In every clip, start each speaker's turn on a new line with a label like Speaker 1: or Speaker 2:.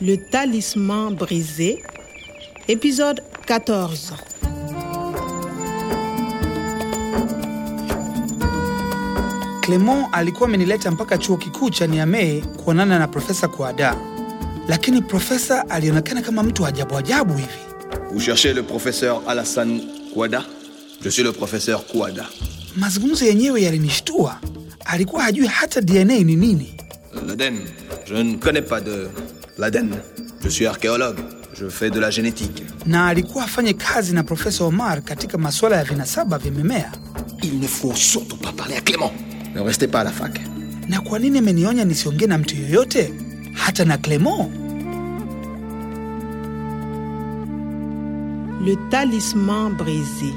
Speaker 1: Le talisman brisé, épisode 14.
Speaker 2: Clement alikuwa amenileta mpaka chuo kikuu cha Niamey kuonana na profesa Kuada, lakini profesa alionekana kama mtu ajabu ajabu hivi.
Speaker 3: Vous cherchez le professeur Alassane Kouada Je suis le professeur Kouada.
Speaker 2: Mazungumzo yenyewe yalinishtua, alikuwa hajui hata DNA ni nini.
Speaker 3: Euh, L'Aden. Je ne connais pas de l'Aden. Je suis archéologue. Je fais de la génétique.
Speaker 2: na alikuwa afanye kazi na profesa Omar katika masuala ya vinasaba vya mimea.
Speaker 3: Il ne faut surtout pas parler à Clément. Ne restez pas à la fac.
Speaker 2: Na kwa nini amenionya nisiongee na mtu yoyote, hata na Clement?
Speaker 1: Le talisman brisé.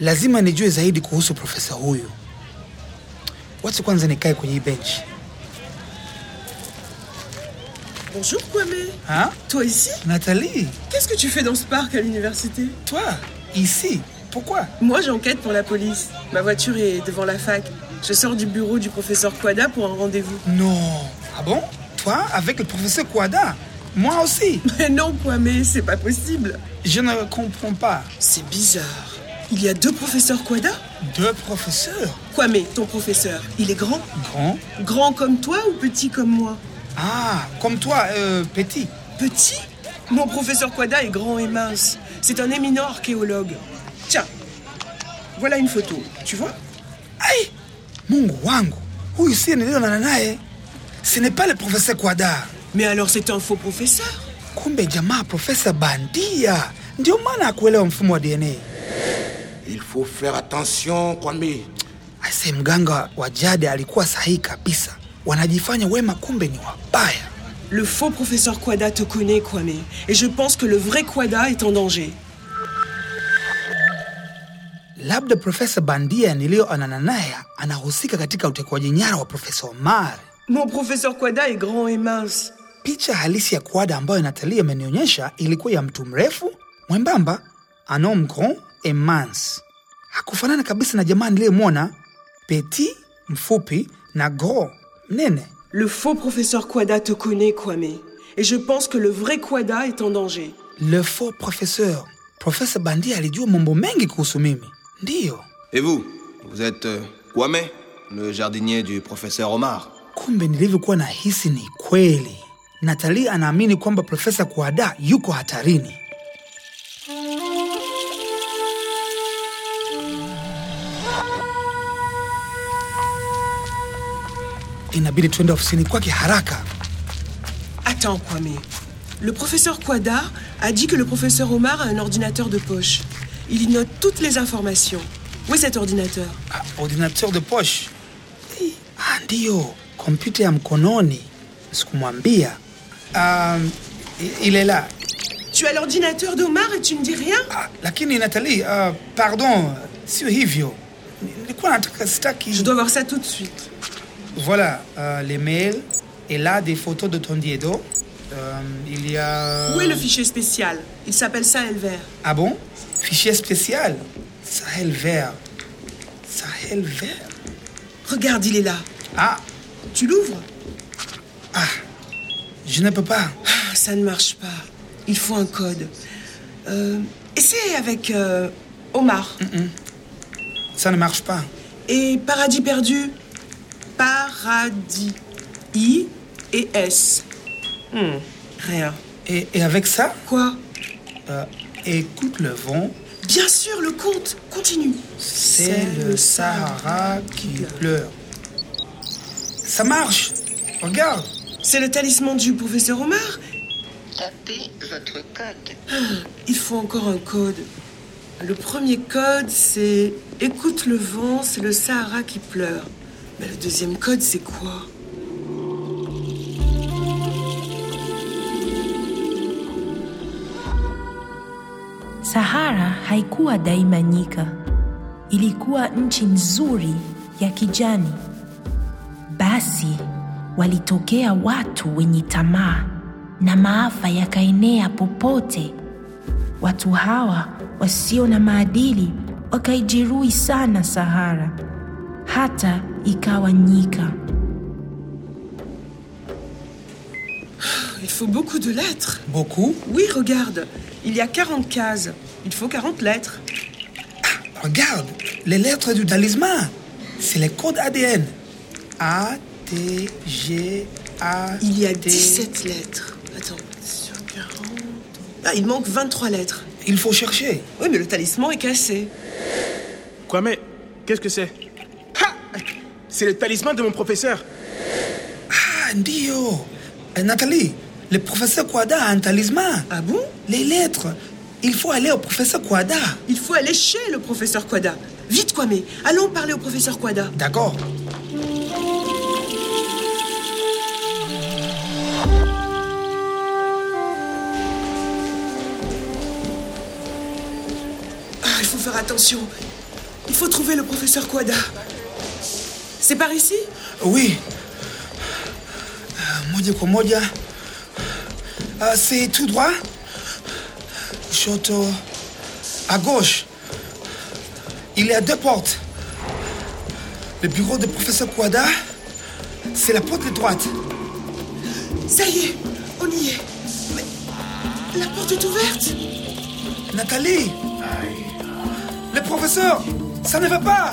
Speaker 2: Lazima nijue zaidi kuhusu profesa huyu. Wacha kwanza nikae kwenye hii benchi.
Speaker 4: Bonjour Kwame.
Speaker 2: Ha?
Speaker 4: Toi ici
Speaker 2: Nathalie,
Speaker 4: Qu'est-ce que tu fais dans ce parc à l'université
Speaker 2: toi, ici, pourquoi?
Speaker 4: Moi j'enquête pour la police. Ma voiture est devant la fac. Je sors du bureau du professeur Quada pour un rendez-vous.
Speaker 2: Non. Ah bon? Toi, avec le professeur Kouada? Moi aussi.
Speaker 4: Mais non Kwame, c'est pas possible.
Speaker 2: Je ne comprends pas.
Speaker 4: C'est bizarre. Il y a deux professeurs Quada
Speaker 2: Deux professeurs?
Speaker 4: Kwame, ton professeur, il est grand
Speaker 2: Grand?
Speaker 4: Grand comme toi ou petit comme moi
Speaker 2: Ah, comme toi, euh, petit.
Speaker 4: Petit Mon professeur Quada est grand et mince. C'est un éminent archéologue. Tiens, voilà une photo. Tu vois
Speaker 2: ai mungu wangu huyu siye niliyonana naye sine pale profesa kwada
Speaker 4: Mais alors c'est un faux professeur
Speaker 2: kumbe jamaa profesa bandia ndio maana akuelewa mfumo wa dna
Speaker 5: Il faut faire attention, Kwame.
Speaker 2: ase mganga wa jadi alikuwa sahihi kabisa wanajifanya wema kumbe ni wabaya
Speaker 4: Le faux professeur Quada te connaît, Kwame, et je pense que le vrai Quada est en danger.
Speaker 2: labda profesa bandia niliyoonana naye anahusika katika utekwaji nyara wa profesa omar
Speaker 4: Mon professeur Quada est grand et mince.
Speaker 2: picha halisi ya kwada ambayo natalia amenionyesha ilikuwa ya mtu mrefu mwembamba anom grand et mince hakufanana kabisa na jamaa niliyemwona petit mfupi na gros mnene
Speaker 4: Le faux professeur Quada te connaît, Kwame, et je pense que le vrai Quada est en danger.
Speaker 2: le faux professeur profesa bandia alijua mambo mengi kuhusu mimi ndiyo
Speaker 3: Et vous Vous êtes euh, Kwame, le jardinier du professeur Omar.
Speaker 2: kumbe nilivyokuwa nahisi ni kweli natali anaamini kwamba profesa kuada yuko hatarini inabidi tuende ofisini kwake haraka
Speaker 4: Attends, Kwame. Le professeur Quada a dit que le professeur Omar a un ordinateur de poche. Il y note toutes les informations. Où est cet ordinateur
Speaker 2: Ah, ordinateur de poche Eh, ah, ndiyo kompyuta ya mkononi sikumwambia um, ilela
Speaker 4: Tu as l'ordinateur d'Omar et tu ne dis rien
Speaker 2: ah, lakini natali uh, pardon sio hivyo Ni- nilikuwa nataka sitaki
Speaker 4: Je dois voir ça tout de suite.
Speaker 2: Voilà, euh, les mails. Et là, des photos de ton diedo. Euh, il y a...
Speaker 4: Où est le fichier spécial Il s'appelle ça Elver.
Speaker 2: Ah bon Fichier spécial. Sahel vert. Sahel vert.
Speaker 4: Regarde, il est là.
Speaker 2: Ah,
Speaker 4: Tu l'ouvres
Speaker 2: je ne peux pas.
Speaker 4: Ah, Ça ne marche pas. Il faut un code. Euh, essaie avec euh, Omar.
Speaker 2: Mm, Ça ne marche pas.
Speaker 4: Et Paradis perdu. Paradis. I et S. Hmm, Rien.
Speaker 2: Et, et avec ça,
Speaker 4: Quoi
Speaker 2: euh, écoute le vent.
Speaker 4: Bien sûr, le compte. Continue.
Speaker 2: C'est le Sahara qui pleure. Ça marche. Regarde.
Speaker 4: C'est le talisman du professeur Omar.
Speaker 6: Tapez votre code.
Speaker 4: Il faut encore un code. Le premier code, c'est Écoute le vent, c'est le Sahara qui pleure. Mais le deuxième code, c'est quoi
Speaker 7: Sahara haikuwa daima nyika, ilikuwa nchi nzuri ya kijani. Basi walitokea watu wenye tamaa na maafa yakaenea popote. Watu hawa wasio na maadili wakaijeruhi sana Sahara hata ikawa nyika.
Speaker 4: faut beaucoup de lettres.
Speaker 2: Beaucoup
Speaker 4: Oui, regarde, il y a 40 cases. Il faut 40 lettres.
Speaker 2: Regarde, les lettres du talisman. C'est les codes ADN. A, T, G, A.
Speaker 4: Il y a
Speaker 2: T.
Speaker 4: 17 lettres. Attends, sur 40. Ah, il manque 23 lettres.
Speaker 2: Il faut chercher.
Speaker 4: Oui, mais le talisman est cassé.
Speaker 8: Kwame, qu'est-ce que c'est Ha C'est le talisman de mon professeur.
Speaker 2: Ah, ndio. Eh, Nathalie, le professeur Kwada a un talisman.
Speaker 4: Ah bon
Speaker 2: Les lettres. Il faut aller au professeur Kwada.
Speaker 4: Il faut aller chez le professeur Quada. Vite, Kwame, allons parler au professeur Quada.
Speaker 2: D'accord.
Speaker 4: Ah, il faut faire attention. Il faut trouver le professeur Quada. C'est par ici
Speaker 2: Oui. Ah, Moja kwa moja. Ah, C'est tout droit. Shoto. À gauche. Il y a deux portes. Le bureau de professeur Kwada, c'est la porte de droite.
Speaker 4: Ça y est, on y est. Mais la porte est ouverte.
Speaker 2: Nathalie Le professeur Ça ne va pas